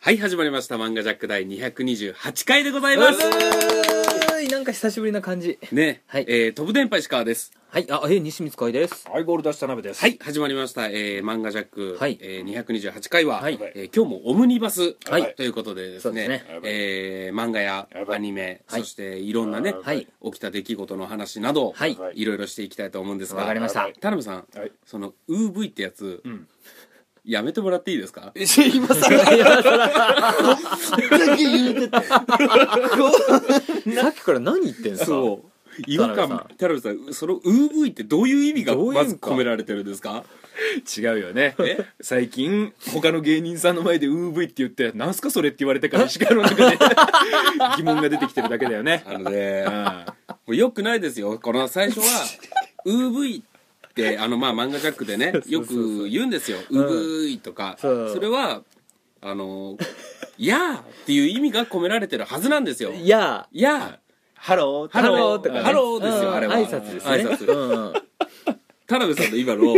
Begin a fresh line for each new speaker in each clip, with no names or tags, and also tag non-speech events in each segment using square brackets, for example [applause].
はい、始まりました。漫画ジャック第228回でございます。
いなんか久しぶりな感じ
ね、
はい
えー、飛ぶ電波石川です。
はいあえ西光海です
はい、ゴールドした鍋です。
はい、始まりました。えー、漫画ジャック、
はい
えー、228回は、
はい
えー今日もオムニバス、
はい
ということでで
そ
す
うで
ね、
すね
えー、漫画や
やばい
アニメ、
はい
そしていろんなね、
はい
起きた出来事の話など、
はい
はい
いろいろしていきたいと思うんですが、
わかりました
田辺さん、
はい
その UV ってやつ、やめてもらっていいですか
今さら、だけ言うてた。
さっきから何言ってんすか
そう違和
田
感
辺
田辺さんその UV ってどういう意味が
どういう意
ま
味
ず込められてるんですか
違うよね。最近、他の芸人さんの前で UV って言って、なんすかそれって言われてから、石川の [laughs] 中で疑問が出てきてるだけだよね。
あのね
うん
もうよくないですよこの最初
[laughs]
は UV ってあのまあ漫画ジャックでねよく言うんですよ「UV」とか、
そう
それはあの「やー」っていう意味が込められてるはずなんですよ
いや
「や
ハロー
ハローとか、ね、
ハローですよ
うん
あれは
挨拶ですね
挨拶
うんうん
ー」田辺さんの
[laughs]
今の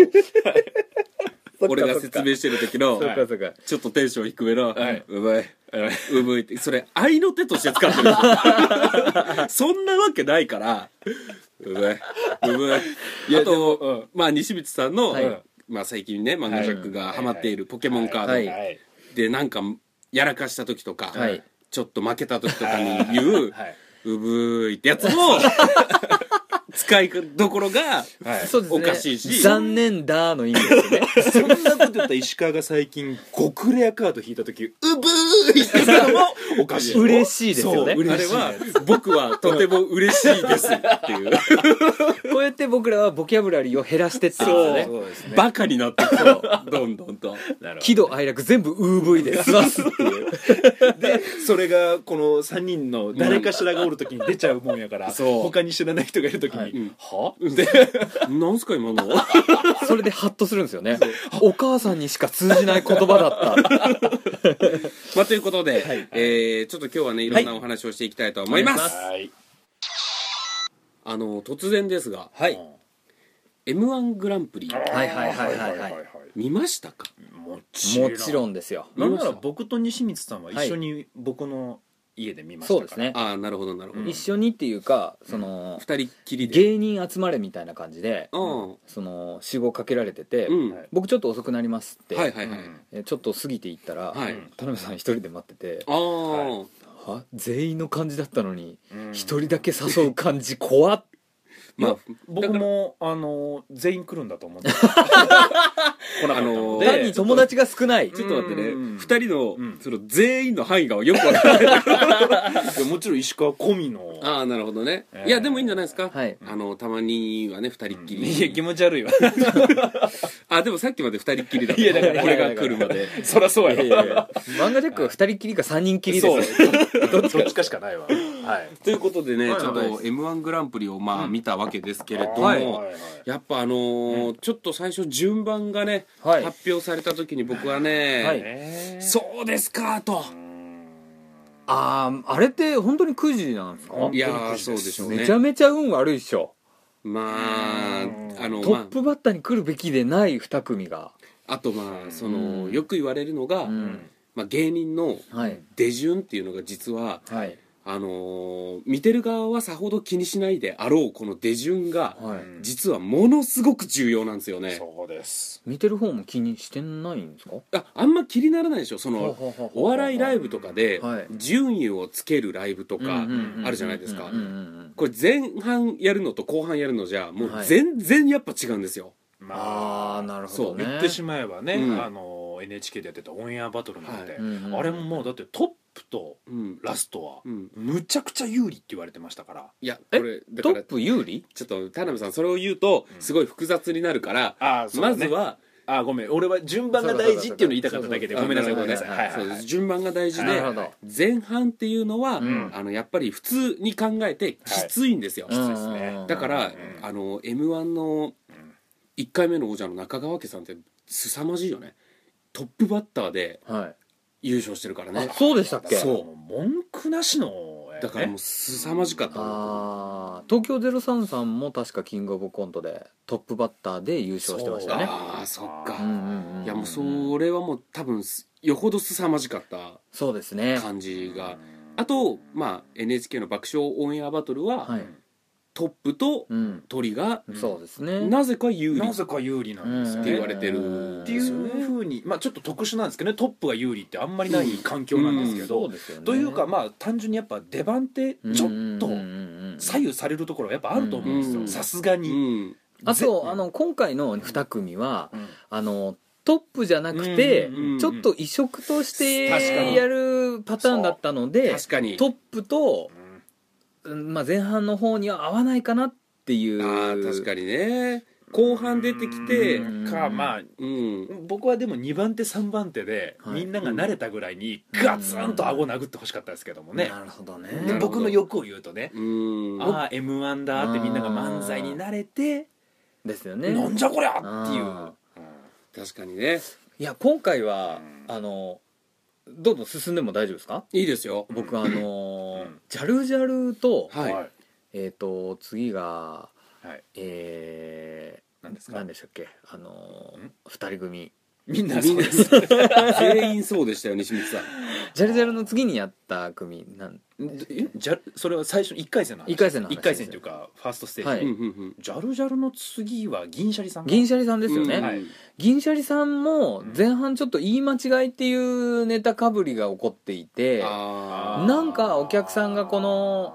俺が説明してる時の
そっかそっか
ちょっとテンション低めの「
はいう
まい」うぶいってそれ愛の手として使ってるんですよそんなわけないからうぶいうぶい
や
あと、
でもうん
まあ西光さんの、
はい
まあ、最近ね漫画ジャックがハマっているポケモンカード、
はい
はい。
でなんかやらかした時とか、
はい
ちょっと負けた時とかに言う
はい。
うぶいってやつも使いどころが
はい。
そうです
お
ね
かしいし
残念だの意味ですね
そんなこと言った石川が最近、極レアカード引いた時、うぶーいって言ったのも、おかし [laughs] いよ。
嬉しいですよね
そう嬉しい
あれは僕はとても嬉しいですっていう
[laughs] こうやって僕らはボキャブラリーを減らしてってるんですよね
そう [laughs] ですね。
バカになってくるどんどんと。
なるほど
喜怒哀楽全部 UV で [laughs] 済ますっていう
でそれがこの3人の誰かしらがおる時に出ちゃうもんやから、
そう
他に知らない人がいる時に「は
ん
で
なんすか今の
それでハッとするんですよねお母さんにしか通じない言葉だった
[laughs] まあということで、えーちょっと今日はねいろんなお話をしていきたいと思います、
はい
あの突然ですが、
は
うん
m 1グランプリ
はいはいはいはいはい
見ましたか
もちろ
も
ん
ちろんですよ
なんなら僕と西光さんは一緒に僕の家で見まし
そ
たか
う
ら
ですね
ああなるほどなるほど、
うん
一緒にっていうかその
二人っきりで
芸人集まれみたいな感じで
うん
その集合かけられてて
うん、は
はいい、
僕ちょっと遅くなりますって
はいはい
うん
えちょっと過ぎていったら
はい
うん
田辺さん一人で待ってて
ああ、
は全員の感じだったのに
うん
一人だけ誘う感じ怖っ
まあ
いや僕もあの全員来るんだと思って [laughs] 来なかったの
で
単に
で
友達が少ない
ちょっと待ってね
うん
二人の、
うん
その全員の範囲がよくわからない
いやもちろん石川込みの
ああなるほどね、
えー
いやでもいいんじゃないですか、
はい
あのたまにはね二人っき
いや
り、
気持ち悪いわ
あでもさっきまで二人っきりだった
いやだから
これが来るまで
そりゃそうやろ
漫画ジャックは二人っきりか三人っきり
そう
ですよ
どっちかしかないわはい
ということでね、
はいはい
ちょっと m 1グランプリをまあ見たわけですけれども、
はいはいはい
やっぱあのーちょっと最初順番がね、
はい
発表された時に僕はね、
はい
そうですかと、
あーあれって本当に9時なんですか
本
い
当に
や
く
ー
じ
そう
で
ですしょうね
めちゃめちゃ運悪いっしょ
まああの、
ト
ま
ップバッターに来るべきでない2組が
あ、あとまあその、
うん
よく言われるのが、
うん
まあ、芸人の
はい
出順っていうのが実は
はい
あのー見てる側はさほど気にしないであろうこの出順が、
はい
実はものすごく重要なんですよね
そうです
見てる方も気にしてないんですか
ああんま気にならないでしょその、お笑いライブ
ブ
とかで
はい
順位をつけるライブとかあるじゃないですかこれ前半やるのと後半やるのじゃもう
はい
全然やっぱ違うんですよ、
ああ
まあ
なるほどね
言ってしまえばね
うん
あの NHK でやってたオンエアバトルなんて
はいうんうん
あれももうだってトップと
うん
ラストは
うん、
むちゃくちゃ有利って言われてましたから
いやこ
え
れだ
ト
から
ップ有利
ちょっと田辺さんそれを言うと
うん
すごい複雑になるから、
あーそうだ
ま
ね
ずは、
あーごめん俺は順番が大事っていうのを言いたかっただけで
そう
ご
そう
めんなさい
あ
ごめんなさい
なる
は
そう
い
で
はい
す順番が大事
な
で
るほど
前半っていうのは、
うん
あのやっぱり普通に考えてきついんですよ、
うん
ですね
うんうんうん
だから、
うん
あの m 1の1回目の王者の中川家さんって凄まじいよねトップバッターで
はい
優勝してるから
あ
ね
そうでしたっけ
そう
も文句なしの
だからもう
ね
凄まじかったな
ああ東京03さんも確かキングオブコントでトップバッターで優勝してましたね
ああそっか、
そう
うんうんうんうん
いやもうそれはもう多分すよほど凄まじかった
そうですね
感じがあと、まあ、NHK の爆笑オンエアバトルは、
はい
トップと
うん
鳥が、
うん
そうですね
なぜか有利
なぜか有利なんですよ
って
ね
言われてる
っていうふうに、まあ、ちょっと特殊なんですけどねトップが有利ってあんまりない環境なんですけど、
そうですよね
というかまあ単純にやっぱ出番ってちょっと
うんうんうんうん
左右されるところはやっぱあると思うんです
う
よ
ん
さすが
う
に、
ん
あ
ぜ
とあの今回の2組は、
うん
あのトップじゃなくて、
うん
うんうん
ちょっと異色として
確かに
やるパターンだったので
確かに
トップと、うんまあ、前半の方には合わないかなっていう
ああ確かにね後半出てきて
うん
かまあ
うん
僕はでも2番手3番手で、
はい
みんなが慣れたぐらいにガツンと顎殴ってほしかったですけどもね、
なるほどね
な
で
るほど
僕の欲を言うとね
うん
ああ m 1だってみんなが漫才に慣れて
ですよね
なんじゃこりゃっていう
あ
確かにね
いや今回は
う
あのどんどん進んでも大丈夫ですか
いいですよ
僕あのー
うん
ジャルジャルと
はい、
はい
えっ、と次が、
はい
え
何です
ー、
か
何でしたっけあのー
ん、
二人組
みんな
み
そ
ん
う
な
です
[laughs]
全員そうでしたよ西光さん
ジャルジャルの次にやった組なん
えじゃそれは最初1回戦の話
一回戦の話
一回戦というかファーストステージ、
は
う
い
んうん
ジャルジャルの次は銀シャリさんか
銀シャリさんですよね、
うん
はい
銀シャリさんも前半ちょっと言い間違いっていうネタかぶりが起こっていて
あ
ー
なんかお客さんがこの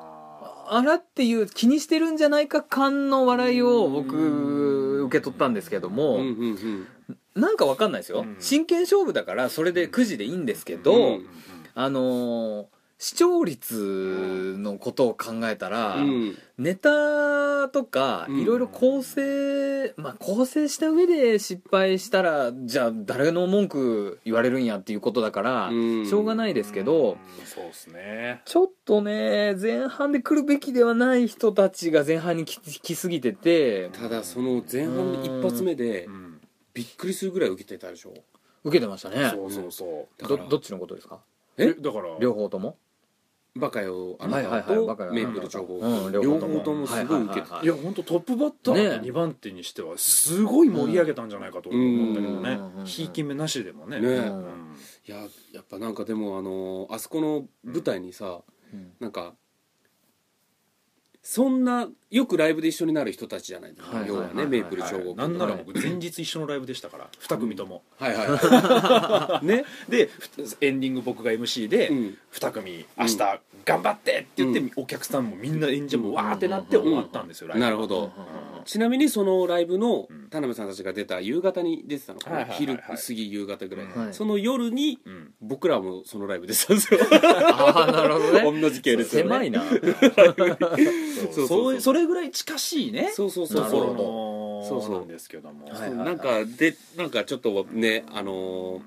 あらっていう気にしてるんじゃないか感の笑いを僕受け取ったんですけど
あうん
も
うんうん
なんかわかんないですよ
うん
真剣勝負だからそれでくじでいいんですけ
う
ど
ん
あのー視聴率のことを考えたら
うん
ネタとか
うん
いろいろ構成まあ構成した上で失敗したらじゃあ誰の文句言われるんやっていうことだから
うん
しょうがないですけど
うんそうですね
ちょっとね前半で来るべきではない人たちが前半に来来すぎてて
ただその前半の一発目で
うん
びっくりするぐらい受けてたでしょ
受けてましたね
そうそうそう
だか
ど
ら
どっちのことですか
え
だから
両方とも
バカよあ
はいは
ないた
はい
と
バカよ
メイプル調合
うん
両方とも
は
すごい受けて
ははい
や本当トップバッターの
ね
2番手にしてはすごい盛り上げたんじゃないかと思ったけど
う
ね
んうん
ひいき目なしでもね
ね
うん
いややっぱなんかでもあのーあそこの舞台にさ、
うん
なんかそんなよくライブで一緒になる人たちじゃないですか、
はい
要はね、
はいはいはい
メイプル超合
なんなら
はい
僕前日一緒のライブでしたから2組とも
はいね、
でふエンディング僕が
[laughs]
MC で
うん、
2組明日頑張ってって言ってお客さんもみんな演者もわーってなって終わったんですよライブ
なるほど
うんうんうん
ちなみにそのライブの
うん
田辺さんたちが出た夕方に出てたのかな、
はいはいはい
昼
はい
過ぎ夕方ぐらい、
はい
その夜に
うん
僕らもそのライブ出てたんですよ
ああなるほどね
同じ系列のね
狭いな
そうそう
そういうそれぐらい近しいね
そうそうそう
な
そ
る
う
ほど
そ
そ
そ
うう
う
なんですけども
はい
なんかでなんかちょっとねあのー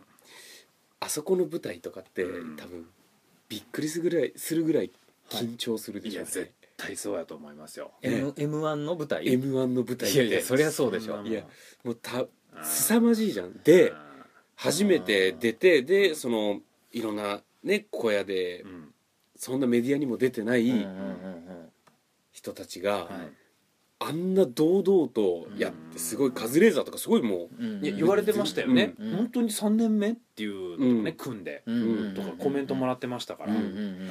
あそこの舞台とかって、
うん
多分びっくりするぐらいするぐらい緊張するで
い
しょ
や
うね
絶、対そうやと思いますよ
M- M1 の舞台
m 1の舞台って
いやいやそりゃそうでしょ
うん
いやもうた凄まじいじゃんで初めて出てでそのいろんなね小屋で
うん
そんなメディアにも出てない
うんうんうん
人たちが、
はい
あんな堂々とやってすごいカズレーザーとかすごいも
うんうんうん
いや言われてましたよね
うん
本当に3年目っていうのをね
うん
組んで
うんうんうん
とかコメントもらってましたから
うんうんうん
う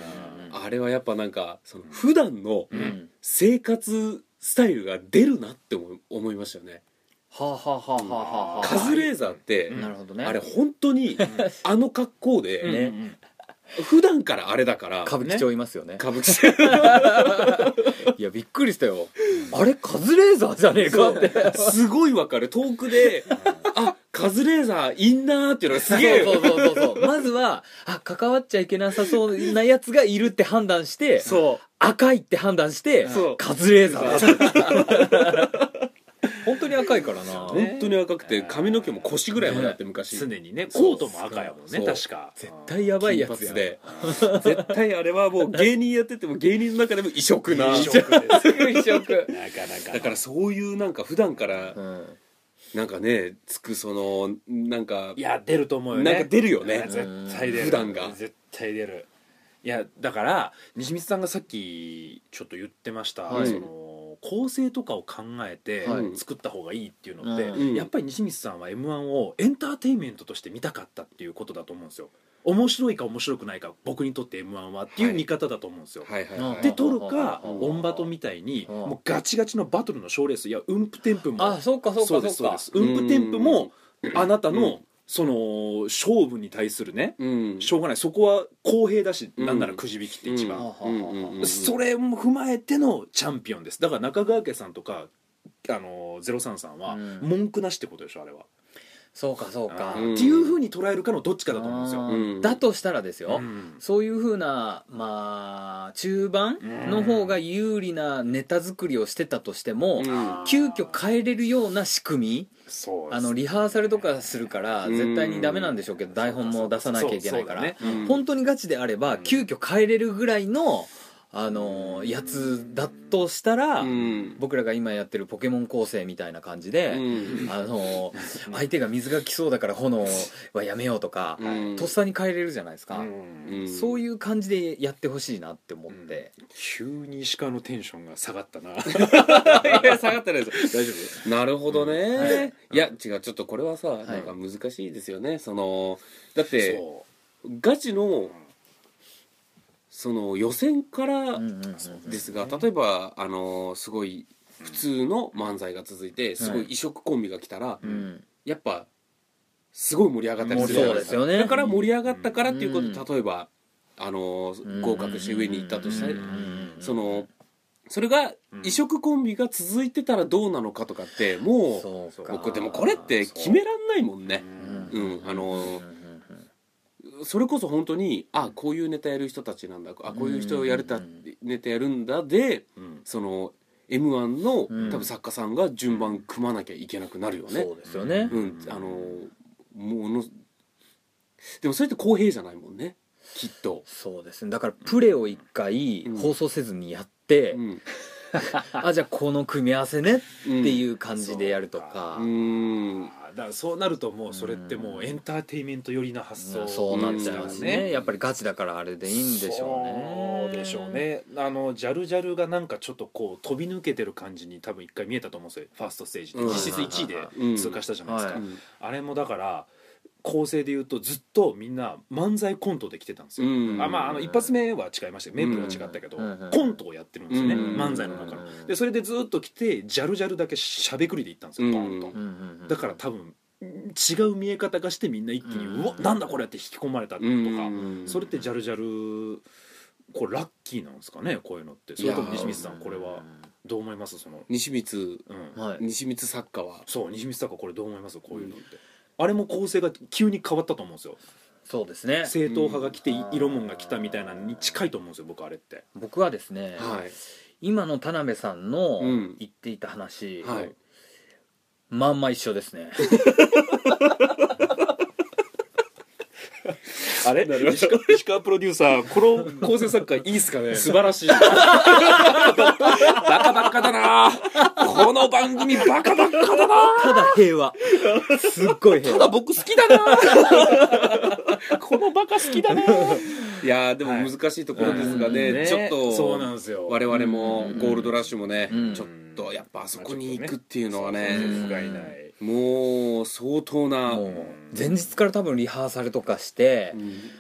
あれはやっぱなんかその普段の
うんうん
生活スタイルが出るなって思い思いましたよね
はあはあはあはあはあ
カズレーザーって、
う
なるほどね
あれ本当にあの格好で、
うんうん
普段からあれだから
歌舞伎町いますよね
歌舞伎町
いやびっくりしたよあれカズレーザーじゃねえ [laughs] かって
すごいわかる遠くで「あカズレーザーいんな」っていうのがすげえ
そうそうそうそうそうまずはあ関わっちゃいけなさそうなやつがいるって判断して
そ
赤いって判断して
そう
カズレーザーだ本当に赤いからな
う、
ね
本当に赤くて髪の毛も腰ぐらいまであって昔、
常にね
そう
コートも赤やもんね
そう
確か
絶対やばいやつ
金
や
髪で [laughs] 絶対あれはもう芸人やってても芸人の中でも異色な
異
[laughs]
色ですなか
一色
なか
だからそういうなんか普段から
うん
なんかねつくそのなんか
いや出ると思うよね
なんか出るよね
いや絶対出る
普段が
絶対出るいやだから西光さんがさっきちょっと言ってました、
はい
その構成とかを考えて
はい
作った方がいいっていうのって、
うん
やっぱり西光さんは m 1をエンターテインメントとして見たかったっていうことだと思うんですよ面白いか面白くないか僕にとって m 1はっていう見方だと思うんですよ、
はいはい
うん
で取るか
うん
オンバトみたいに
うん
もうガチガチのバトルの賞ーレースいやうんぷてんぷも
あそうかそう
そう
か
です
そ
そううで
か
すうんぷてんぷもあなたのその勝負に対するね
うん
しょうがないそこは公平だし
うん
なんならくじ引きって一番
うんうんうんうん
それも踏まえてのチャンピオンですだから中川家さんとかあの03さんは
うん
文句なしってことでしょあれは、
そうかそうか
うん
っていうふうに捉えるかのどっちかだと思うんです
あ
よ、
ー
うん
だとしたらですよ、
うん
そういうふうなまあ中盤の方が有利なネタ作りをしてたとしても、
うん
急遽変えれるような仕組み
そうです
あのリハーサルとかするから
うん
絶対にダメなんでしょうけど台本も出さなきゃいけないから、
そうそうだね
うん
本当にガチであれば
うん
急遽変えれるぐらいのあのやつだとしたら、
うん
僕らが今やってるポケモン構成みたいな感じで、
うん
あの相手が水が来そうだから炎はやめようとか、
うん
とっさに変えれるじゃないですか、
うん
うん
そういう感じでやってほしいなって思って、
急に石川のテンションが下がったな
[laughs] いや下がってないです
大丈
なるほどね、い、や違うちょっとこれはさ、
い
なんか難しいですよねそのだっ
夫
て
そ
ガチのその予選から
うんうんうん
ですが、例えばあのすごい普通の漫才が続いてすごい異色コンビが来たら、
うん
やっぱすごい盛り上がったりするじゃないか
そうですよね
だから盛り上がったからっていうことで、
う
例えばあの合格して上に行ったとしたら、
うんうんうんうん
そのそれが
うん
異色コンビが続いてたらどうなのかとかってもう
そうか
僕でもこれって決めらんないもんね
う、
う
うん
んあの
うんうんうん
それこそ本当にあこういうネタやる人たちなんだあこういう人をやるた、
うん
ネタやるんだで
うん
その m 1の、
うん
多分作家さんが順番組まなきゃいけなくなるよね
そうですよね、
うん、あのものでもそれって公平じゃないもんねきっと、
そうですねだからプレを一回
うん
放送せずにやって、
うん、っ
あじゃあこの組み合わせねってて
う
いう感じでやるとか、
んうん
あーだからそうなるともうそれってもうエンターテインメント寄りな発
そ
想
うそうなっちゃいますね、
うん
やっぱりガチだからあれでいいんでしょうね
そうでしょうねあのジャルジャルがなんかちょっとこう飛び抜けてる感じに多分一回見えたと思うんですよファーストステージで
うん
実質1
う
位
ん
で通過したじゃないですか、
はい
あれもだから構成で言うとずっとみんな漫才コントで来てたんですよ、
うん
あまああの一発目は違いましたけどメイプルは違ったけど、
うん
コントをやってるんですよね、
うん
漫才の方から
うん
でそれでずっと来てジャルジャルだけしゃべくりで行ったんですよ
うん
ポンと、
うんうんうん
だから多分違う見え方がしてみんな一気に「
うん
うわなんだこれ!」って引き込まれたとか、
うん
それってジャルジャルこれラッキーなんですかねこういうのってそ
い
れ
や
と
ー
も西光さんこれはどう思いますその、
西光
うん
はい
西光作家は
そう西光さんこれどう思いますこういうのって、あれも構成が急に変わったと思うんですよ
そうですね
正統派が来て、
うん
色もんが来たみたいなのに近いと思うんですよ僕あれって
僕はですね、
はい
今の田辺さんの
うん
言っていた話、
はい
まんま一緒ですね
あれ石川石川プロデューサーこの構成作家いいっすかね
素晴らしいバカばっかだなこの番組バカばっかだな
ただ平和すっごい平
た
和
だ僕好き [laughs] だなこのバカ好きだないやーでも
はい
難しいところですがね、
ね
ちょっと
そうなんですよ
我々も
うん
ゴールドラッシュもね、
うん
ちょっとやっぱあそこに行くっていうのはね
そ
う
うそうそう
ん
不甲斐ない
もう相当な
もう前日から多分リハーサルとかして、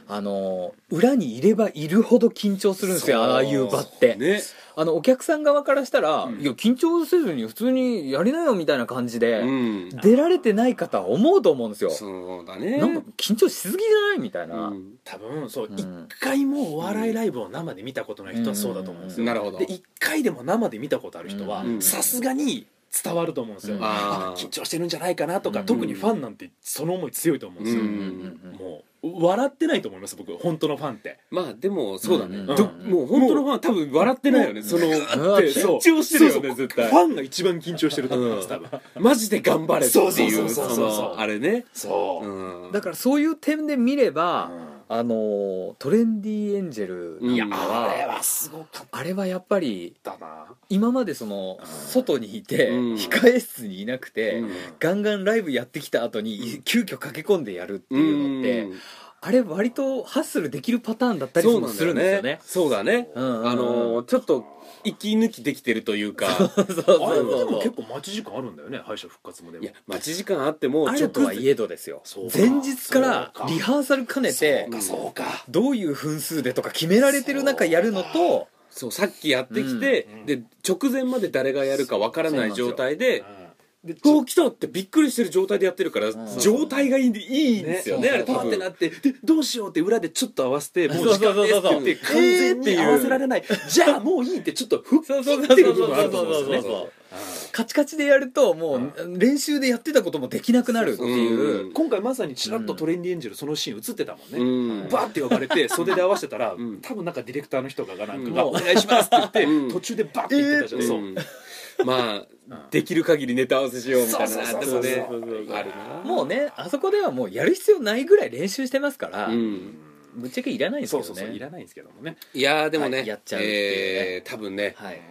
あの裏にいればいるほど緊張するんですよ
そう
ああいう場って、
ね
あのお客さん側からしたら、
うん
いや緊張せずに普通にやりなよみたいな感じで、
うん
出られてない方は思うと思うんですよ
そうだね
なんか緊張しすぎじゃないみたいな、
うん
多分そう
うん
一、回もお笑いライブを生で見たことない人はそうだと思うんですよ、
なるほど
で一回でも生で見たことある人は
うん
さすがに伝わると思うんですよ、
うん
あ緊張してるんじゃないかなとか、
うん
特にファンなんてその思い強いと思うんですよ、
うん
もう笑ってないと思います僕本当のファンって
まあでもそうだね、
うん
どもう本当のファン多分笑ってないよね、その
うわ
って
緊
緊張してるよね
そうそう
絶対
ファンが一番緊張してると思います多分、
マジで頑張れっていう
そうそうそうそうそう
のあれね、
そう、
うん、
だからそういう点で見れば、
うん
あのトレンディエンジェル
い
な
や
んか
あれ
は、
はすごかっ
あれはやっぱり
たな
今までその外にいて、
うん
控え室にいなくて、
うん
ガンガンライブやってきた後に急遽駆け込んでやるっていうのって、
うん
あれ割とハッスルできるパターンだったりもするんですよね
そうだね。
うんうんうん
あのーちょっと息抜きできてるというか、
[laughs] そうそう
あれ
そう
でも
そう
結構待ち時間あるんだよね敗者復活もでも
いや待ち時間あっても
あ
ちょ
る
っとは
とはいえどですよ
そうか
前日から
そうか
リハーサル兼ねて
そうか。
どういう分数でとか決められてる中やるのと
そうさっきやってきて、
うん
で直前まで誰がやるかわからない状態で「
で
どう来た!」ってびっくりしてる状態でやってるから、
ん
状態がいいんでいいんですよね
ね
あれ多
パーって
分
なってでどうしようって裏でちょっと合わせても
そう
う時
そうそう
間です
そう
って言って完全に合わせられないじゃあもういいってちょっとふっ
そうそう
切ってる部分あると思うんです
そう
よ
そ
ね
うそうカチカチでやるともう練習でやってたこともできなくなるっていううん
今回まさにちらっとトレンディエンジェルそのシーン映ってたもん
う
ね、
ん
バーって呼ばれて袖で合わせたら、
うん
多分なんかディレクターの人ががなん
う
か
ん
が「お願いします」って言って、
うん
途中でバーって言ってたじゃん、
そ
そうう、
[laughs] まあできる限りネタ合わせしようみたい
そう
な
そう
で
そ
も
うそう
ね
そう
あるな
もうねあそこではもうやる必要ないぐらい練習してますから
うん
ぶっちゃけいらないんです
そ
け
うそ
ど
うそうい
ね
らないんですけどもね
いやーでもね、
はいやっちゃうっていうね
えー多分ね
はい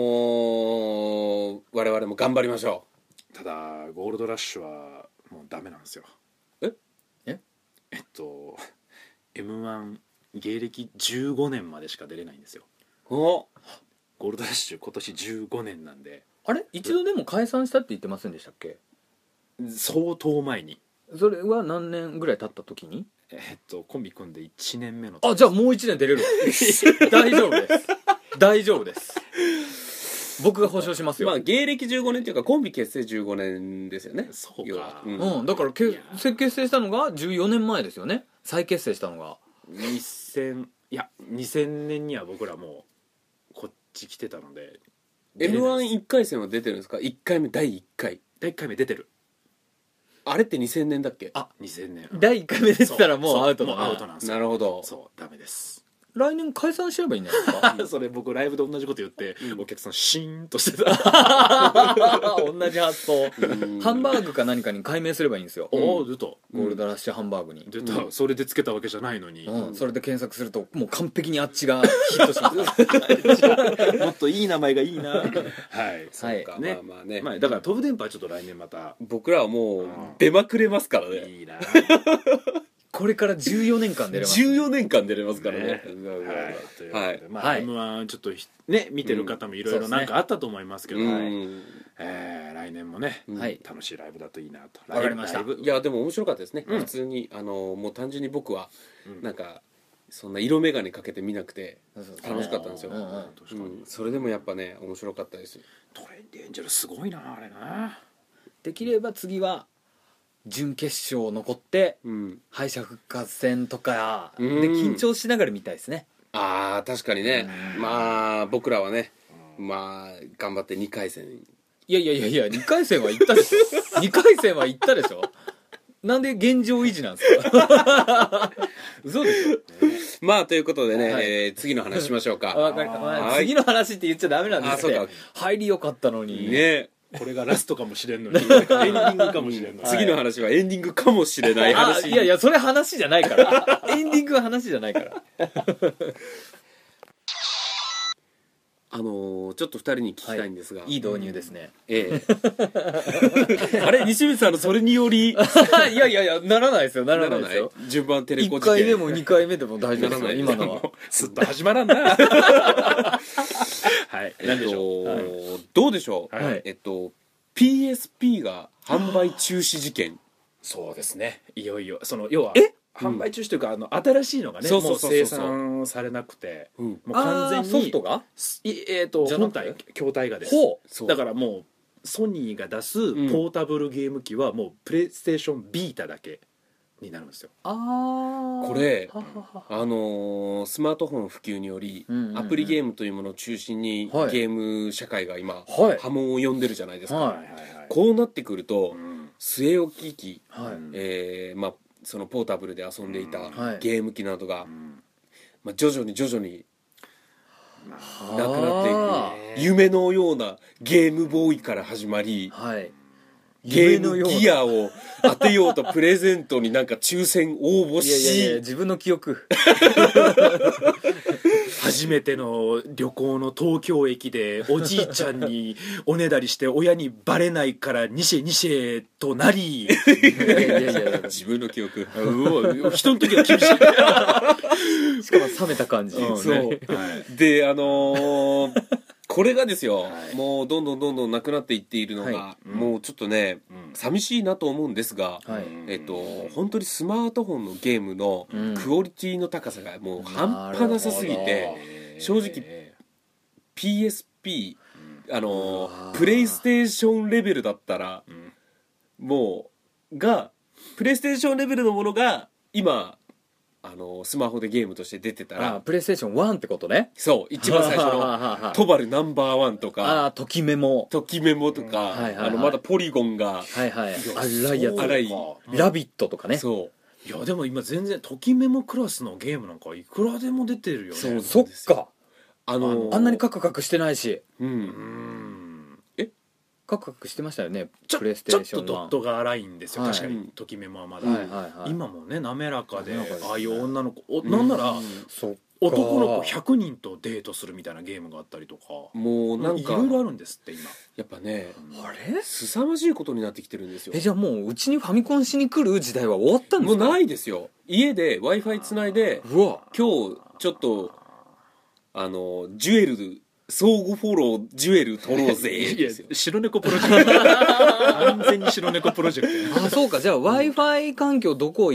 もう我々も頑張りましょ
ただゴールドラッシュはもうダメなんですよ
え
え
えっと m 1芸歴15年までしか出れないんですよ
うお
ゴールドラッシュ今年15年なんで
あれ一度でも解散したって言ってませんでしたっけ
相当前に
それは何年ぐらい経った時に
えっとコンビ組んで1年目の
あじゃあもう1年出れる [laughs] 大丈夫です大丈夫です僕が保証しますよ、
まあ芸歴15年っていうかコンビ結成15年ですよね
そう
要
か
は、うん
うん、だからけ
いや
せ結成したのが14年前ですよね再結成したのが
2000いや2000年には僕らもうこっち来てたので
m 1 1回戦は出てるんですか1回目第1回
第1回目出てる
あれって2000年だっけ
あ2000年
第1回目出てたらもうアウトだ
もうアウト
な
なんですよ
なるほど
そうダメです
来年解散すればいいんじゃないですか
それ僕ライブで同じこと言ってお客さんシーンとしてた
同じ発想
うん
ハンバーグか何かに改名すればいいんですよ
おお出た
ゴールドラッシュハンバーグに、
出たそれでつけたわけじゃないのに
うんそれで検索するともう完璧にあっちがヒットし [laughs] ます
もっといい名前がいいなはい
そうか
はいね
まあまあね、
まあだから飛ぶ電波はちょっと来年また
僕らはもう出まくれますからね
いいな
これから14年間出れます
14年間出れますからね
ね
うわうわうわ
はいということで、まあ、
はい
m 1ちょっとひね見てる方もいろいろなんかあったと思いますけど、
うん
えー来年もね、
うん
はい
楽しいライブだといいなと
わかりました
ライブライ
い
ブ
やでも面白かったですね、
うん
普通にあのもう単純に僕は
うん
なんかそんな色眼鏡かけて見なくて、
そうそうそう
楽しかったんですよ
うんうん
確
う
かに、
ん、それでもやっぱね面白かったです
トレンディエンジェルすごいなあれな
できれば次は準決勝残って
うん
敗者復活戦とかで
うん
緊張しながら見たいですね
あー確かにねまあ僕らはねまあ頑張って2回戦
いやいやいやいや2回戦は行ったでし [laughs] ょ2回戦は行ったでしょなんで現状維持なんですか [laughs] 嘘でしょ
まあということでね、
はい
えー次の話しましょう
あわ
か
かりまあ
[laughs] はい
次の話って言っちゃダメなんです
あそ
ね
うか
入りよかったのに
ね
これがラストかもしれんのにエンディングかもしれんのに、
次の話はエンディングかもしれない
あ
話
いやいやそれ話じゃないから [laughs] エンディングは話じゃないから
あのーちょっと2人に聞きたいんですが、
いい導入ですね [laughs]
ええ [laughs] あれ西光さんのそれにより
いやいやいやならない [laughs] ですよならないですよ
順番テレコ
1
事件
回目も2回目でも大丈夫です
ならな
よ
い
今のは
すっと始まらんなはい
えっと
何でしょう
どうでしょう、
はい
えっと PSP が販売中止事件
そうですねいよいよその要は
え
販売中止というか、あの新しいのがね
そ
も
うそうそう
う
そう
生産されなくて
うん
もう完全に
あーソフトが
いえー、と
じゃな
本
くて
体筐体がです
ほう
そう
だからもうソニーが出す
ん
ポータブルゲーム機はもうプレイステーションビータだけになるんですよ、
あー
これ
ははは
あのースマートフォン普及により、
うんうんうん
アプリゲームというものを中心に、
はい
ゲーム社会が今、
はい
波紋を呼んでるじゃないですか、
はい
はいはい
こうなってくると、
うん
据え置き機、
はい
うん
えーまあ、そのポータブルで遊んでいた
うん
はい
ゲーム機などが、
うん
まあ、徐々に徐々になくなってい
あ
く夢のようなゲームボーイから始まり
ーはい
ゲー
夢の
ム
ような
ギアを当てようとプレゼントになんか抽選応募
いやいやい
し
や自分の
[laughs]
記憶
初めての旅行の東京駅でおじいちゃんにおねだりして親にバレないからニシェニシェとな
[laughs]
り
いやいやいやいや
自分の記憶
うわ人の時は厳しい
しかも冷めた感じ、
うん
そう、であのーこれがですよ、もうどんどんどんどんなくなっていっているのが、
は
うん
もうちょっとね寂しいなと思うんですが、
はい
えっと、本当にスマートフォンのゲームの
うん
クオリティの高さがもう半端なさすぎて、正直 PSP あの
うわ
プレイステーションレベルだったら
ん
もうがプレイステーションレベルのものが今あのスマホでゲームとして出てた
あ
ら
プレイステーション1ってことね
そう一番最初の「
[laughs] の
トバルナンバーワン」と
あ
か
あときめも
「ときメモ」と
はいはい
か
はい
あのまだポリゴンが
はいはい荒いやつ
荒い
ラビットとかね
そ
いやでも今全然ときメモクラスのゲームなんかいくらでも出てるよね
そう
そっか
うあの
あんなにカクカクしてないし
うん
うん
カクカクしてましたよね
ちょ
プレイステ
ちょ
ー
っ
ショ
と
ン
ドットが荒いんですよ、
はい
確かにときめもはまだ、
1はいはいはい
今もね滑らかで
滑らかですね
ああいう女の子おなんなら
うん
そっか
男の子100人とデートするみたいなゲームがあったりとか
もうなん
い
か
ろいろあるんですって今
やっぱね
あれ
凄まじいことになってきてるんですよ
えじゃあもううちにファミコンしに来る時代は終わったんで
もう
すか
ないですよ家で w i f i つないで
うわ
今日ちょっとあのジュエル相互フォロージュエル取ろう
[laughs]
ぜ
い
で
や
すよ
白猫プロジェクト完全に白猫プロジェクト
あそうかじゃあ w i f i 環境どこ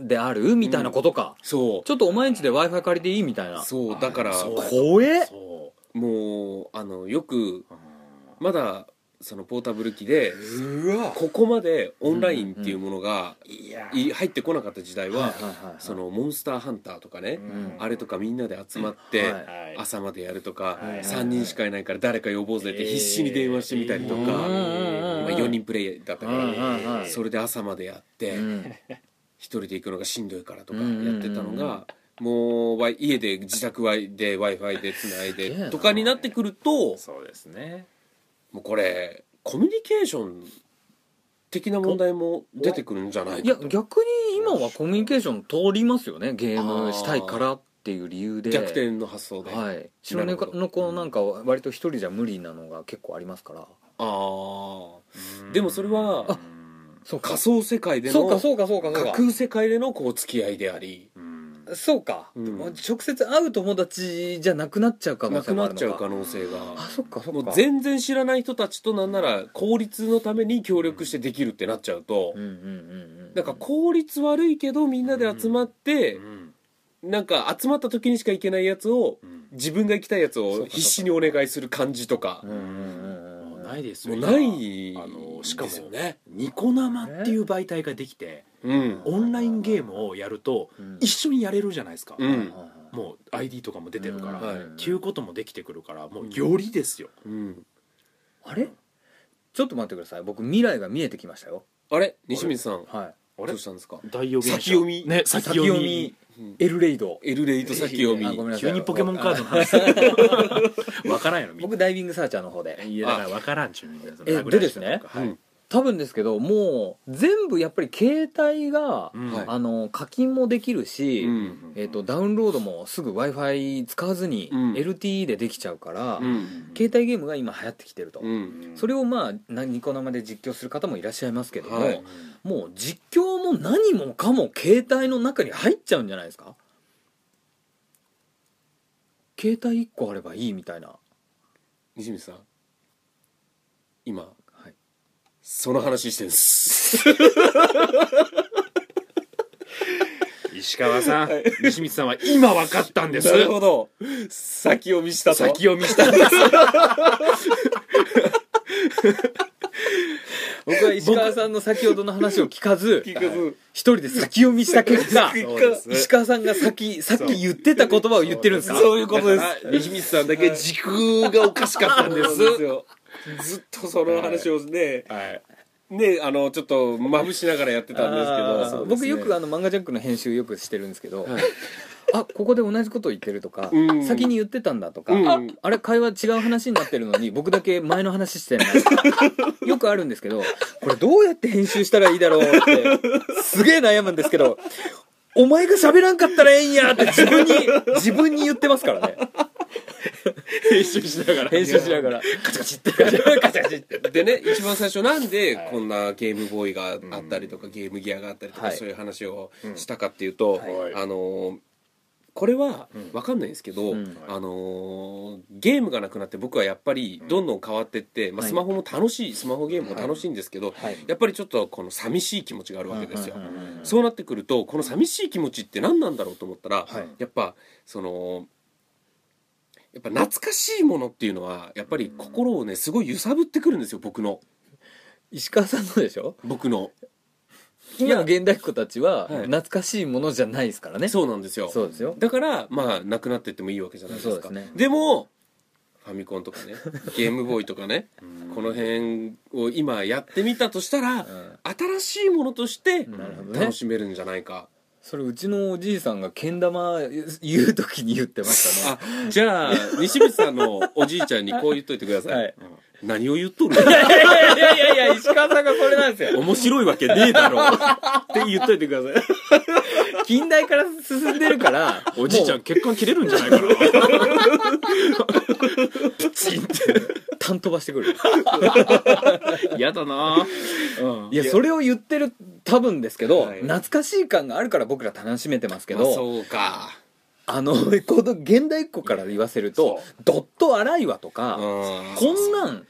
であるみたいなことか、
そ
ちょっとお前んちで w i f i 借りていいみたいな
うそうだから
そう
怖え
そ
もうあのよく
う
まだそのポータブル機で
うわ
ここまでオンラインっていうものが
いや
い入ってこなかった時代
はいはい
は
はいはい
そのモンスターハンターとかね
ん
あれとかみんなで集まって
はい
はい
朝までやるとか
はい
3人しかいないから誰か呼ぼうぜって必死に電話してみたりとか
うん
まあ4人プレイだったか
はい
ら
はいはい
それで朝までやって
うん
一人で行くのがしんどいからとか
う
や
ん
ってたのがもうわい家で自宅わいで w i f i でつない
すげえな
でとかになってくると
そうですね
もうこれコミュニケーション的な問題も出てくるんじゃない
い
か
や
と
逆に今はコミュニケーション通りますよねゲームしたいからっていう理由で
逆転の発想であ
はい白猫の子なんかは割と一人じゃ無理なのが結構ありますから
あでもそれは
あ
そう
仮想世界で
そう
の
かそうかそうかそう
架
か
空世界でのこう付き合いであり
そうか、
うん
直接会う友達じゃなくなっちゃう可能
な
性
く
も
な
あ
っ
るの
ち
か
ゃう可能性が
あそっかそっ
も
か
う全然知らない人たちとなんなら効率のために協力してできるってなっちゃうと
うんうんうんうん
なんか効率悪いけどみんなで集まって
うん
なんか集まった時にしか行けないやつを
うん
自分が行きたいやつ
そう
を
か
必死にお願いする感じとか
うんうんうん
も
う
うんないです
も
よ
う
今
ない
あのしか
ですよ
も
ね
ニコ生っていう媒体ができて
うん
オンラインゲームをやると
うん
一緒にやれるじゃないですか、
うん
もう ID とかも出てるから、
うんはい
っていうこともできてくるからもうよりですよ、
うん
あれちょっと待ってください僕未来が見えてきましたよ
あれ西水さん
は
あ
どうしたんですか
大予言者
先読み
ね
い
先読み
うん
エルレイド
エルレイと先読み
あごめんなさい
急にポケモンカードの話 [laughs] わからんやろみんな
僕ダイビングサーチャーの方で
いやだからわからんちゅうみんなその
え
ラグラ
でで
ジ
すね
とかはい
うん
多分ですけどもう全部やっぱり携帯が、
うん
はい
あの課金もできるし、
うん
えっとダウンロードもすぐ w i f i 使わずに
うん
LTE でできちゃうから、
うん
携帯ゲームが今流行ってきてると、
うん
それをまあなニコ生で実況する方もいらっしゃいますけども、
はい
もう実況も何もかも携帯の中に入っちゃうんじゃないですか携帯1個あればいいみたいな
西水さん今、
い
その話してんす
石川さん、西光さんは今わかったんです
なるほど [laughs] 先読みしたと
先読みしたん
[laughs]
です
僕は石川さんの先ほどの話を聞かず
聞かず
はい一人で先読みした結果
[laughs] そう
です
石川さんが先さっき言ってた言葉を言ってるんですか
そういうことで
だか
す
ら西光さんだけ時空がおかしかったんで
そうなんですよずっとその話をね、
はい
ねあのちょっとまぶしながらやってたんですけ
あ
ど
ー
そうですね
僕よくあの漫画ジャックの編集よくしてるんですけど、 [laughs] あここで同じこと言ってるとか、
うん
先に言ってたんだとか、
うん
ああれ会話違う話になってるのに僕だけ前の話してない [laughs] よくあるんですけどこれどうやって編集したらいいだろうってすげえ悩むんですけどお前が喋らんかったらええんやって自分に自分に言ってますからね
編集しながら
編集しながらカチャカチってカチャカチって
でね一番最初なんでこんなゲームボーイがあったりとか、ゲームギアがあったりとか、
はい
そういう話をしたかっていうと、
はい
あのーこれは分かんないんですけど、
うん
あのーゲームがなくなって僕はやっぱりどんどん変わってって、まあ、
はい
スマホも楽しいスマホゲームも楽しいんですけど、
はい
やっぱりちょっとこの寂しい気持ちがあるわけですよ。
うんうんうん
そうなってくるとこの寂しい気持ちって何なんだろうと思ったら、
はい
やっぱそのやっぱ懐かしいものっていうのはやっぱり心をねすごい揺さぶってくるんですよ僕の
石川さんのでしょ
僕の
今の現代っ子たち
は
は
い
懐かしいものじゃないですからね、
そうなんですよ
そうですよ
だからまあなくなってってもいいわけじゃないですか
そうですね
もファミコンとかね [laughs] ゲームボーイとかねこの辺を今やってみたとしたら、
ん
新しいものとして
なるほどね
楽しめるんじゃないか、
それうちのおじいさんがけん玉 [laughs] 言う時に言ってましたね
あじゃあ西口さんのおじいちゃんにこう言っといてください、
はい [laughs]
何を言っとる
いやいやいや石川さんがこれなんで
[laughs]
すよ
面白いわけねえだろうって言っといてください
近代から進んでるから
おじいちゃ
も
ん血管切れるんじゃないかな
う単飛ばしてく
[laughs]
る
嫌だな、
いやそれを言ってる多分ですけど、
はい
懐かしい感があるから僕ら楽しめてますけ
まあ
ど
そうか
あのこの現代っ子から言わせるとドット荒いわとか、こんなん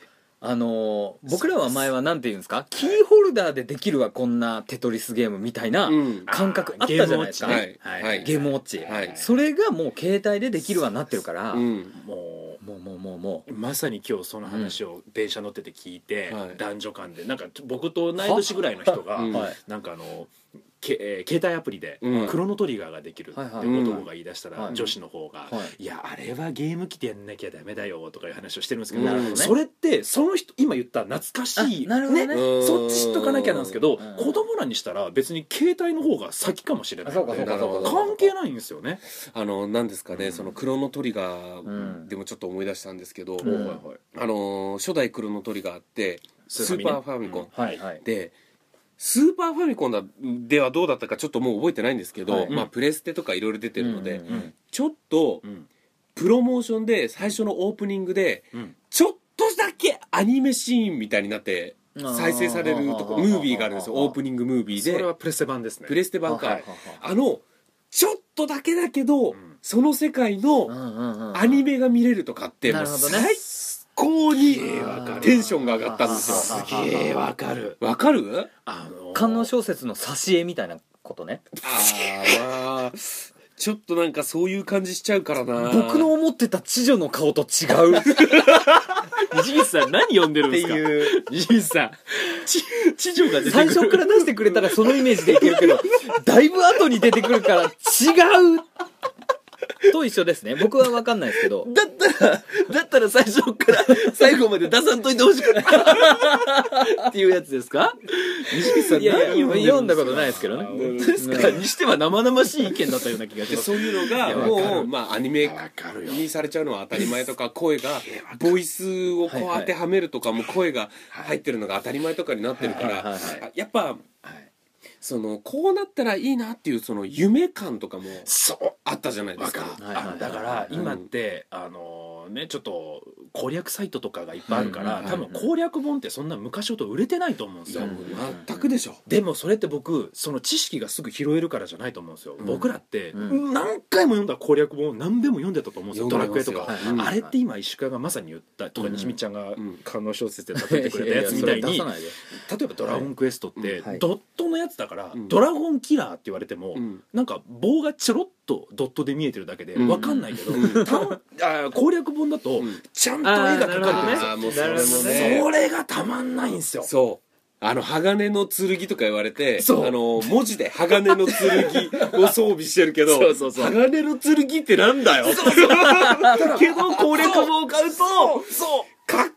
あのー僕らは前はなんて言うんですかキーホルダーでできるわこんなテトリスゲームみたいな
うん
感覚あったじゃないですか
ゲームウォッチねはいはい
ゲームウォッチ、
はい
それがもう携帯でできるわになってるから、
うん
もうもうもうもうもう
まさに今日その話を電車乗ってて聞いて、
はい
男女間でなんか僕と同い年ぐらいの人が、
うん
はい
なんかあのけ、えー携帯アプリで
うん
クロノトリガーができるって
はいはい
男が言い出したら、
はい
女子の方が、、
はい
やあれはゲーム機でやんなきゃダメだよ」とかいう話をしてるんですけど,、
なるほどね
それってその人今言った懐かしい
あなるほどね
うん
そっち知っとかなきゃなんですけど、
ん
子供らにしたら別に携帯の方が先かもしれないので
あそう
かそうかそうか
関係ないんですよね。
あの何ですかね、
うん
そのクロノトリガ
うん
ーでもちょっと思い出したんですけど、
うん
はいはい
あのー初代クロノトリガーってスーパーファミコン、
はいはい
でスーパーファミコンだではどうだったかちょっともう覚えてないんですけど、
はい
まあ、プレステとかいろいろ出てるので、
うんうんうん
ちょっと
うん
プロモーションで最初のオープニングでちょっとだけアニメシーンみたいになって再生されるとこ
あー
ムービーがあるんですよオープニングムービー
それは
で
プレステ版ですね
プレステ版か
はいはい
あのちょっとだけだけど、
ん
その世界
う
の
んうんうん
アニメが見れるとかって、
なる
もう
ほどね
最高に
わかる
テンションが上がったんです
あ
よ
ー
すげえわかる
わかる
あのー
観音小説の挿絵みたいなことね
あーまあちょっとなんかそういう感じしちゃうからな
僕の思ってた知女の顔と違
[laughs]
うっ
西口さん何読んでるん
て
ですか
いう
西口さんち知女が出てく
最
る
初から出してくれたらそのイメージでいけるけどだいぶ後に出てくるから違うと一緒ですね僕は分かんないですけど
だったらだったら最初から最後まで出さんといてほしかった
っていうやつですか西口さん
いや
何
いや
読
読
ん
ん
で
だ
る
こと
んですか
ないですけどね
本当ですかにしては生々しい意見だったような気がし
で
ます
そういうのが
いやわ
も
か
う
る
まあアニメ
かる
にされちゃうのは当たり前とか声がボイスをこう当てはめるとかも声が入ってるのが当たり前とかになってるか
はいはい
ら
はい
あやっぱそのこうなったらいいなっていうその夢感とかも
そう
あったじゃないで
わ
す
か
か
る。
はいはい
あのだから今って、あのねちょっと攻略サイトとかがいっぱいあるから、
うんうん
多分攻略本ってそんな昔ほど売れてないと思うんで
い
すよ、
やもう全くでしょ
でもそれって僕その知識がすぐ拾えるからじゃないと思うんですよ、
ん
僕らって
う
何回も読んだ攻略本を何遍も読んでたと思うんですよ「ドラクエ」と
読
か、
んでますよ
あれって今石川がまさに言ったとか
うん
西見ちゃんが
うん
観音小説で例えてくれたやつみたい
や
に
やそれ出さ
例
ないで
えば「ドラゴンクエスト」って
はい
ドットのやつだから
うん
「ドラゴンキラー」って言われても
うん
なんか棒がちょろっとドットで見えてるだけで
うん
分かんないけど
うん
たんあー攻略本だと
うん
ちゃんと絵が描
なるほ
か
ど
れ
ね
て
あーもうそ
な
れ
るほ
も
ど
ね
るそれがたまんないんですよ
そう。あの、鋼の剣とか言われて、
そう
あの、文字で鋼の剣を装備してるけど、
そうそうそう
鋼の剣ってなんだよ。けど、攻略本を買うと、かっ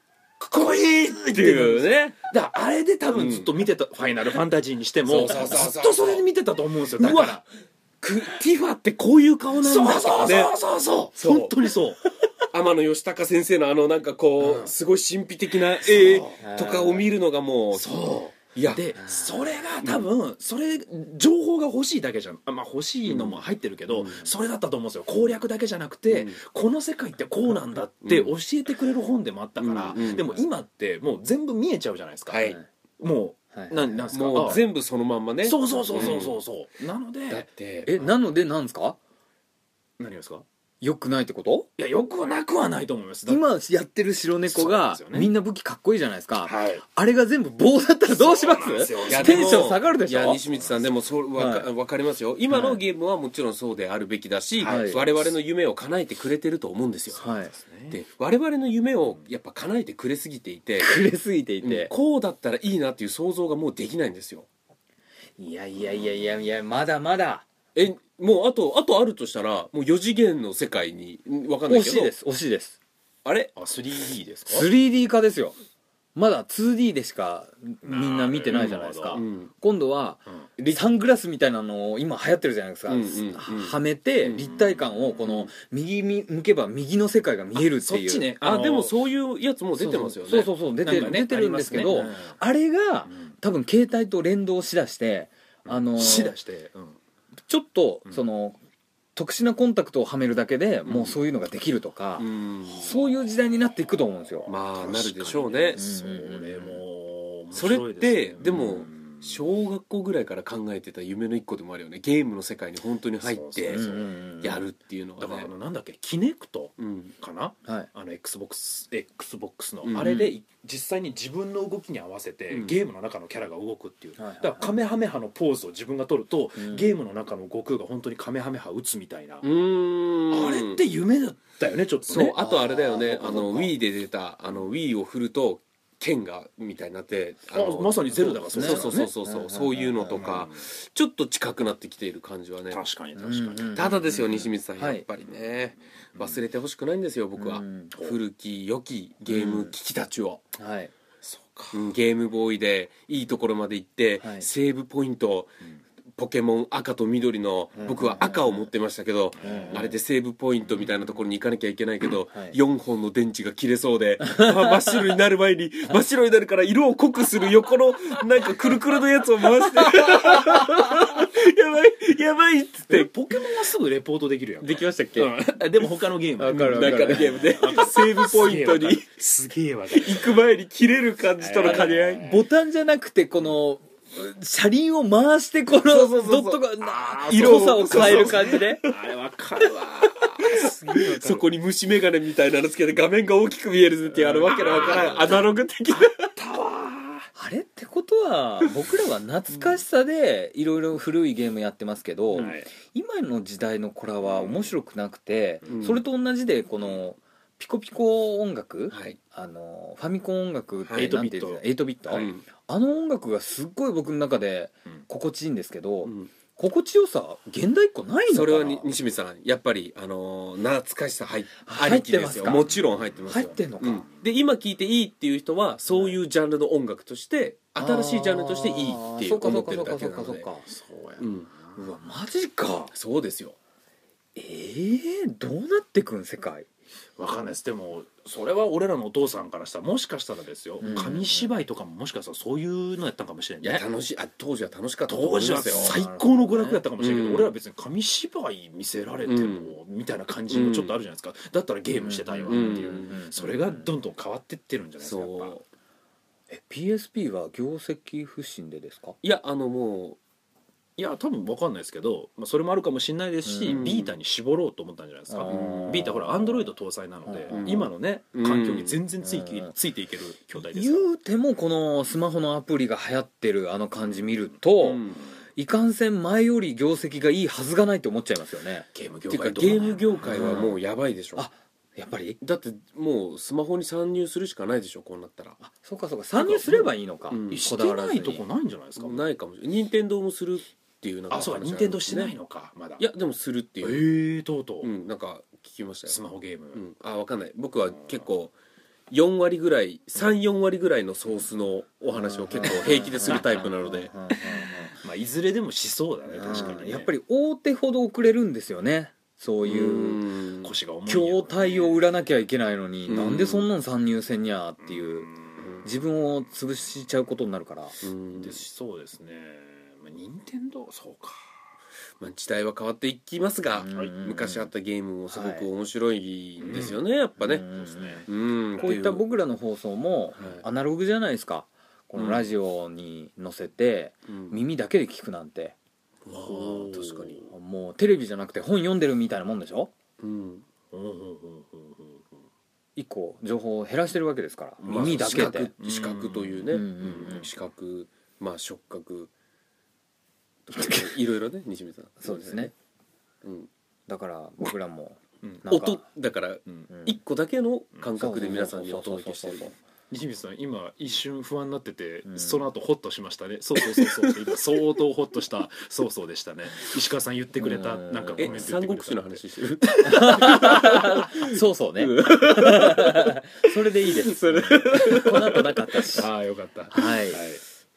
こいいっていうね。
だからあれで多分ずっと見てた、ファイナルファンタジーにしても
そうそうそうそう
ずっとそれで見てたと思うんですよ
う
だから
わくティファってこういう顔なんだとかね
そうそ
そう本当にそう天野義高先生のあのなんかこう、すごい神秘的な絵とかを見るのがもう
そう
いや
でそれが多分それ情報が欲しいだけじゃんあまあ欲しいのも入ってるけど、それだったと思うんですよ攻略だけじゃなくて、
うん
この世界ってこうなんだって
う
教えてくれる本でもあったから、
うんうん
でも今ってもう全部見えちゃうじゃないですか、
はい
もう、
はい
なんなんですか
も
あ
う全部そのまんまね
そうそうそうそうそうそうな
だ
の
っ
で
て
えなのでなんですか
何がですか
よくないってこと
いやよくなくはないと思いますだって
今やってる白猫が
そうなんですよね
みんな武器かっこいいじゃないですか
はい
あれが全部棒だったらどうしま
そうなんですよ
いや
すテンション下がるでし
いや
ょ
西光さんでもそうわか,、
は
わかりますよ今のゲームはもちろんそうであるべきだし、
はい
我々の夢を叶えてくれてると思うんですよ、
はい
で我々の夢をやっぱ叶えてくれすぎていて
くれすぎていて
こうだったらいいなっていう想像がもうできないんですよ
いやいやいやいやいやまだまだ
えもうあとあとあるとしたらもう4次元の世界にんわかんない
惜
けど
しいです惜しいです
あれ
あ 3D ですか
3D 化ですよまだ 2D でしかみんな見てないじゃないですか、
う
うん
今度は
うん
サングラスみたいなのを今流行ってるじゃないですか、
うんうんうん
はめて立体感をこの右に向けば右の世界が見えるって
そっ
いう
ちね
あ
の
でもそういうやつも出てますよね
そうそうそう出て
なんか
る、
ね
出てるんですけ
あ
どあ,、
りますね
れが
うん
多分携帯と連動しだしてあの
しだして、うん
ちょっと
うん
その、特殊なコンタクトをはめるだけでもうそういうのができるとか、
うん
そういう時代になっていくと思うんですよ、
まあなるでしょうね
それも面
それ
白い
っ
すね
てでも
うん
小学校ぐらいから考えてた夢の一個でもあるよねゲームの世界に本当に入って
そうそう
うんうんうん
やるっていうの
だ
が
から
ね
あのなんだっけキネクト
うん
かな
はい
あの XBOX, XBOX の、
うん
あれでい実際に自分の動きに合わせて、
うん
ゲームの中のキャラが動くっていう、
はいはいはい
だからカメハメハのポーズを自分が取ると、
うん
ゲームの中の悟空が本当にカメハメハ打つみたいな、
うーん
あれって夢だったよねちょっと
そう
ね
あとあれだよね
あー
あの
そうか
Wii で出たあの Wii を振ると剣がみたいになってあの
あまさにゼルダが
そ
そうう
そう
だ
そうそう
よね
そう
うんうんうんうん
そういうのとか
うん
ちょっと近くなってきている感じはね
確かに確かに、
うんうん
ただですよ西光さんや
は
っ
い
ぱりね忘れてほしくないんですよ僕は
うん
古き良きゲーム機器たちを
はい
うんゲームボーイでいいところまで行って
はい
セーブポイントポケモン赤と緑の
うん
僕は赤を持ってましたけど
うん
あ [laughs] れでセーブポイントみたいなところに行かなきゃいけないけど
はい
4本の電池が切れそうでま真っ白になる前
[laughs]
に真っ白になるから色を濃くする横のなんかくるくるのやつを回
[laughs]
してやばいやばいっつっ
で
て
ポケモンはすぐレポートできるやん
できましたっけ
うんでも他のゲーム
わかるわか
な
る
んかのゲームでセーブポイントに
すげえわかる
行く前に切れる感じとの兼ね合い
ボタンじゃなくてこの車輪を回してこの
そうそうそうそ
ド
う
ットがな
あー
色さ
そう
を
そうそう
変える感じで
あれわかるわすげえわか
そ
る
こに虫眼鏡みたいなのつけて画面が大きく見えるぜっていうあのわけのわからんアナログ的な
あれってことは僕らは懐かしさでいろいろ古いゲームやってますけど
はい
今の時代の子らは面白くなくて
うん
それと同じでこのピコピコ音楽
はい
あのファミコン音楽っ
はい
てなんていうんですか8ビット
うん
あの音楽がすっごい僕の中で
うん
心地いいんですけど
うん
心地よさ現代っ子ないのかな
それはに西見さんやっぱりあのー懐かしさ入っあ
入
り
っ
き
て
で
ますす
よ
か
もちろん入ってます
入っ
よ
てんのか、
うんで今聴いていいっていう人はそういうジャンルの音楽として新しいジャンルとしていいっていう思ってるだけなので
か
そうや
うん
うわマジか
そうですよ
えー、どうなってくん世界
わかんないですでもそれは俺らのお父さんからしたらもしかしたらですよ
うん
紙芝居とかももしかしたらそういうのやったんかもしれん
いや
ね
楽しいあ当時は楽しかったと思
当
い
時
ま
は
すよ
最高の娯楽やったかもしれんけ
うん
ど俺ら別に紙芝居見せられてもみたいな感じもちょっとあるじゃないですかだったらゲームしてたいわっていう
うん
うん
それがどんどん変わってってるんじゃないですかやっぱ
そう
え PSP は業績不振でですか
いやあのも
いや多分わかんないですけど、まあ、それもあるかもしれないですし、
うん
ビータに絞ろうと思ったんじゃないですか、
うん
ビータほらアンドロイド搭載なので、
うん
今のね
うん
環境に全然つい,、
うん
ついていける筐体ですから
言うてもこのスマホのアプリが流行ってるあの感じ見ると、
う、うん
いかんせん前より業績がいいはずがないって思っちゃいますよね
ゲーム
っ
業
ていうか
界
ゲー
どうな
ム
ん
業界はもうやばいでしょ、
うんあやっぱり
だってもうスマホに参入するしかないでしょこうなったら
あそうかそうか参入すればいいのか、
うん
してないとこないんじゃないですか、
ないかもしれない任天堂もするっていうなんか
あそうか
話
任
がる
天
んで
堂
す
し
ね
てないのかまだ
いやでもするって
え
いう、
ー、とうと
う
う、
んなんか聞きましたよ
スマホゲーム、
うん、あ分かんない僕は結構4割ぐらい34割ぐらいのソースのお話を結構平気でするタイプなので
うんうんうん
まあいずれでもしそうだね確かに、
うん
ね、
やっぱり大手ほど遅れるんですよねそういう
うん
腰が重いんやろうね
筐体を売らなきゃいけないのに、
うん
なんでそんなん参入せんにゃーっていう、
うん
自分を潰しちゃうことになるから、
うん
でそうですねまあ任天堂そうか
まあ、時代は変わっていきますが、
うんうん
昔あったゲームもすご
はい
く面白いんですよね、やっぱね、
うん
うん
こういった僕らの放送
は
も
い
アナログじゃないですかこのラジオに載せて
うん
耳だけで聞くなんて
わあ
おー
確かに、
もうテレビじゃなくて本読んでるみたいなもんでしょ
うん、
うんうんうんうんうん
一個情報を減らしてるわけですから
まあ
耳だけ
視
で
覚視覚というね、
うんうんうん
視覚まあ触
[laughs]
覚いろいろね西見さん
そうですね、
うん、
だから僕らも
うん
なんか
音だから
うん
うん
一個だけの感覚で皆さんにお
そうそう
届
そう
けし
そ
て
う
る
西光さん今一瞬不安になってて、
うん
その後ホッとしましたねそうそうそうそうって今相当ホッとしたそうそうでしたね石川さん言ってくれた
うん
なんかコメント
え
言っ
三
てくれた
国志の話してる
そうそ
[laughs]
うねそれでいいですこの後なかったしは
ああよかった
い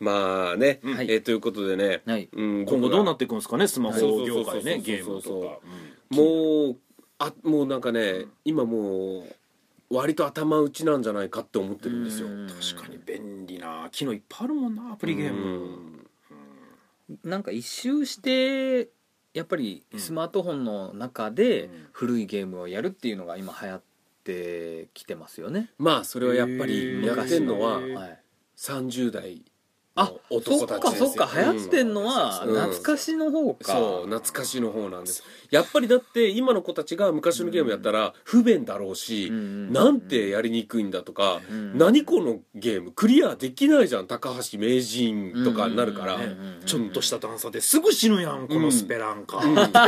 まあね、
はい
えということでね、
はい
うん、
今後どうな
っ
っていくんですかねスマホ業界ねゲーム
そうそう
と
そう
かうん
もうあもうなんかね、今もう割と頭打ちなんじゃないかって思ってるんですよ、
うん
確かに便利な機能いっぱいあるもんなアプリゲーム
なんか一周してやっぱりスマートフォンの中で
うん
古いゲームをやるっていうのが今流行ってきてますよね。
まあそれはやっぱ
へ
り
ー
やってんのは
へー
はい、
30代
あ
の
そ
男
った
ち
か
ですよ
そっか流行ってんのは
うん
懐かしの方か、
そう懐かしの方なんですやっぱりだって今の子たちが昔のゲームやったら不便だろうし、
うんうん
なんてやりにくいんだとか、
うん
何このゲームクリアできないじゃん高橋名人とかになるから、
[laughs] うんうんうんうん
ちょっとした段差ですぐ死ぬやんこのスペランカ
うん
って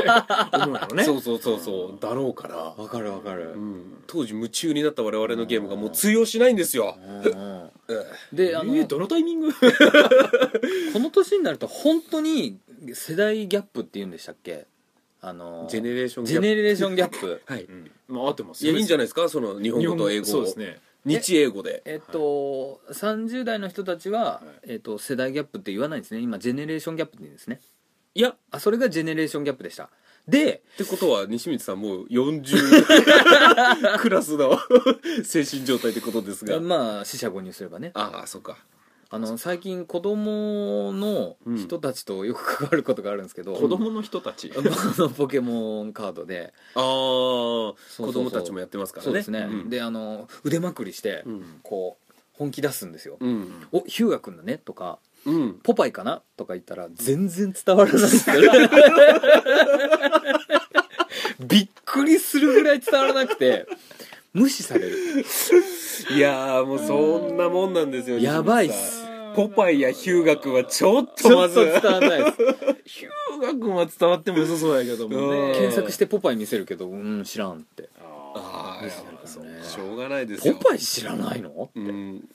思うやろね
そうそうそうそうだろうから、
わかるわかる
う。ん当時夢中になった我々のゲームがもう通用しないんですよ、
うん
うん
であの、
えーどのタイミング
この年になると本当に世代ギャップって言うんでしたっけあの
ジェネレーションギ
ジ
ャ
ェ
ップ
ネレーションギャップ
はい
まあ合ってます
いやいいんじゃない
い
ですかその日本語と英語
そうですね
日英語で
えっと、30代の人たちは、
はい
えっと、世代ギャップって言わないんですね今ジェネレーションギャップって言うんですね
いやっ
あそれがジェネレーションギャップでしたで
てことは西光さんもう40 [laughs] クラスの精神状態ってことですが
まあ四捨五入すればね
ああそっか
あの最近子供の人たちとよく関わることがあるんですけど、 [laughs]
子供の人たち
あのポケモンカードで
ああ子
そうそうそう
供たちもやってますからね
そうですね、
うん
であの腕まくりして、
うん
こう本気出すんですよ「
うん
おヒューガ君だね」とか
うん
「ポパイかな?」とか言ったら全然伝わらないんですよ
[laughs]
びっくりするぐらい伝わらなくて無視される
いやーもうそんなもんなんですよ
やばいっす
ポパイやヒューガ君はちょっとまず
ち
[laughs]
ょっと伝わらないです
ヒューガ君は伝わっても良さそうやけども
うん
ね
検索して「ポパイ」見せるけど「うん知らん」って
ああやばいそう
ね
しょうがないで
「
す
ポ
よ
パイ知らないの?
イうん」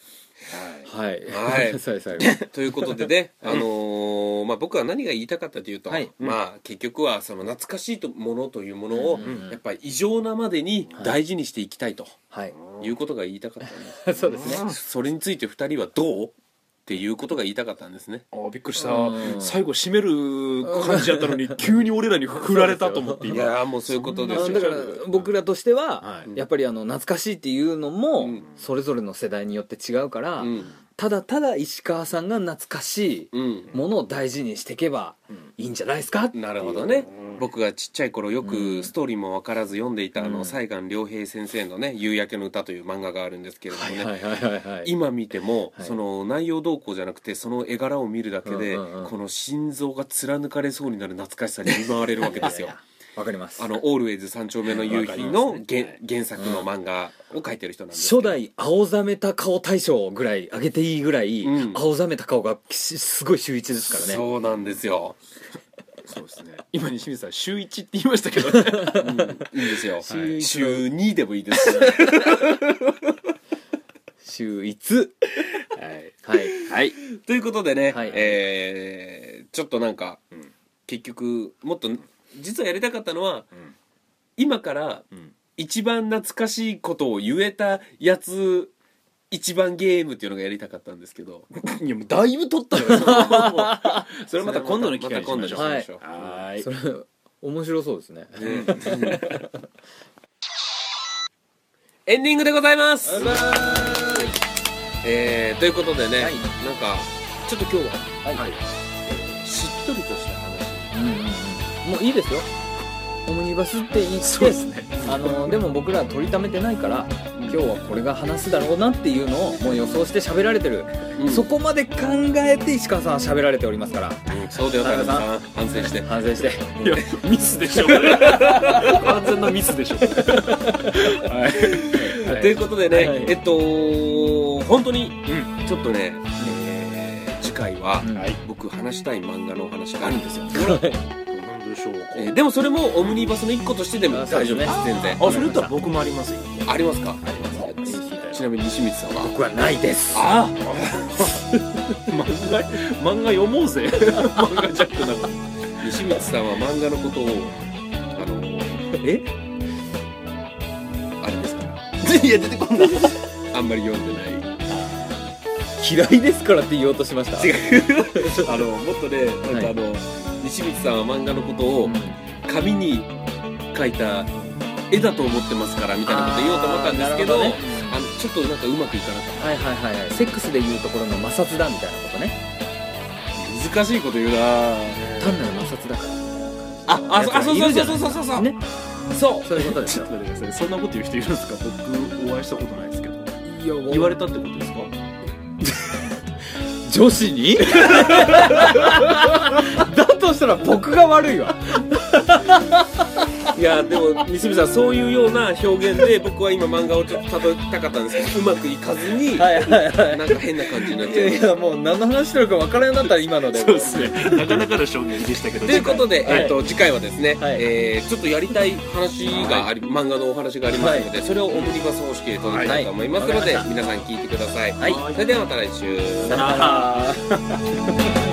はい
はい
[laughs] ごめんなさい最後
ということで
[laughs]
ね、あのーまあ、僕は何が言いたかったというと、
はい
まあ、結局はその懐かしいとものというものを
うんうんうん
やっぱり異常なまでに大事にしていきたいと
はい
いうことが言いたかったんです、
そうですね
それについて2人はどうっていうことが言いたかったんですね
あーびっくりした
うん
最後締める感じやったのに急に俺らに振られたと思って
い
今
やーもうそういうこと
あ
です
の
よ
だから僕らとしては
はい
やっぱりあの懐かしいっていうのも
うん
それぞれの世代によって違うから
うん
ただただ石川さんが懐かし
うん
いものを大事にしていけばいいんじゃないですかっていう
なるほどね僕がちっちゃい頃よ
う
く
ん
ストーリーも分からず読んでいたあ
う
の
ん
西岸良平先生のね「夕焼けの歌」という漫画があるんですけれども
はい
ね
はいはいはいはい
今見ても、
はい
その内容動向じゃなくてその絵柄を見るだけで、
うんうんうん
この心臓が貫かれそうになる懐かしさに見舞われるわけですよ
わかります
あの「オールウェイズ三丁目の夕日の」原原作の漫画を描いてる人なんですけ
初
ど
代青ざめた顔大賞ぐらい上げていいぐらい、
うん
青ざめた顔がしすごい秀逸ですからね
そうなんですよ、
そうですね今西水さん週一って言いましたけどね
うん、いいんです
[laughs]
よ
週一の
週二でもいいですよ
秀逸
はい
はい
はい
ということでね、
はい
えーちょっとなんか、
ん
結局もっと実はやりたかったのは
うん
今から
うん
一番懐かしいことを言えたやつ一番ゲームっていうのがやりたかったんですけど、
いやもうだいぶ取ったよそれは
[laughs] それはまた今度の機会にし
今
ま
度
し
し
ょ
ま
う。
しょ
はいう
はーい
それ面白そうですね
エンディングでございますえー、ということでね、
は
なん
い
か、ちょっと今日は、
はい、
しっとりとした話。
うんうんうん、もういいですよオムニバスって言ってそうですねあのでも僕ら取りためてないから今日はこれが話すだろうなっていうのをもう予想して喋られてる、そこまで考えて石川さんは喋られておりますから
うんそうだよ、田
田
中
中
さ
さ
ん。反省して。
反省して
いやミスでしょこれ完全なミスでしょはい
ということでね、
はい
えっと、本当に、
う
ちょっとね、えー次回は、
うん
はい
僕話したい漫画のお話があるんですよ。
何でしょうか
えーでもそれもオムニバスの一個としてでも
あそう
大
で
丈
す
夫
ね
です、全然。
あそれ言ったら僕もありますよ
ありますか
あります
ちなみに西光さんは
僕はないです
あ
漫画漫画読もうぜ漫画ジャックなの
あ [laughs] 西光さんは漫画のことを、あの、
え
あれですか
いや出てこない
あんまり読んでない。
嫌いですからって言おうとしました
違あのもっとねなんかあの、西光さんは漫画のことを
うん
紙に書いた絵だと思ってますからみたいなこと言おうと思ったんですけどあ
あーなるほ
のちょっとなんかうまくいかなかっ
はいはいはいはいセックスで言うところの摩擦だみたいなことね
た難しいこと言うな
単なる摩擦だから
ああそあそうそう
やつがいるじ
そうそそ
ゃないう
うそうそう、
ね
そう
そういうことです
ちょ
よ
っと待ってくださいそんなこと言う人いるんですか僕お会いしたことないですけど言
言わ
わ
れ
れたってことですか
女子にだとしたら僕が悪いわ
[laughs] いやでも西光さんそういうような表現で僕は今漫画をちょっとたどりたかったんですけどうまくいかずに
はいはいはい
なんか変な感じになっ
い
ちゃ
や
いま
い
した
やもう何の話してるか分からんようになったら今ので
そうですねなかなかの証言でしたけど
ということで、
はい
えっと次回はですね、
はい
えーちょっとやりたい話があり、漫画のお話がありますので、それをオムニバス方式で届けたいと思いますので、
はい
皆さん聞いてください、
はい
それではまた来週、
さよなら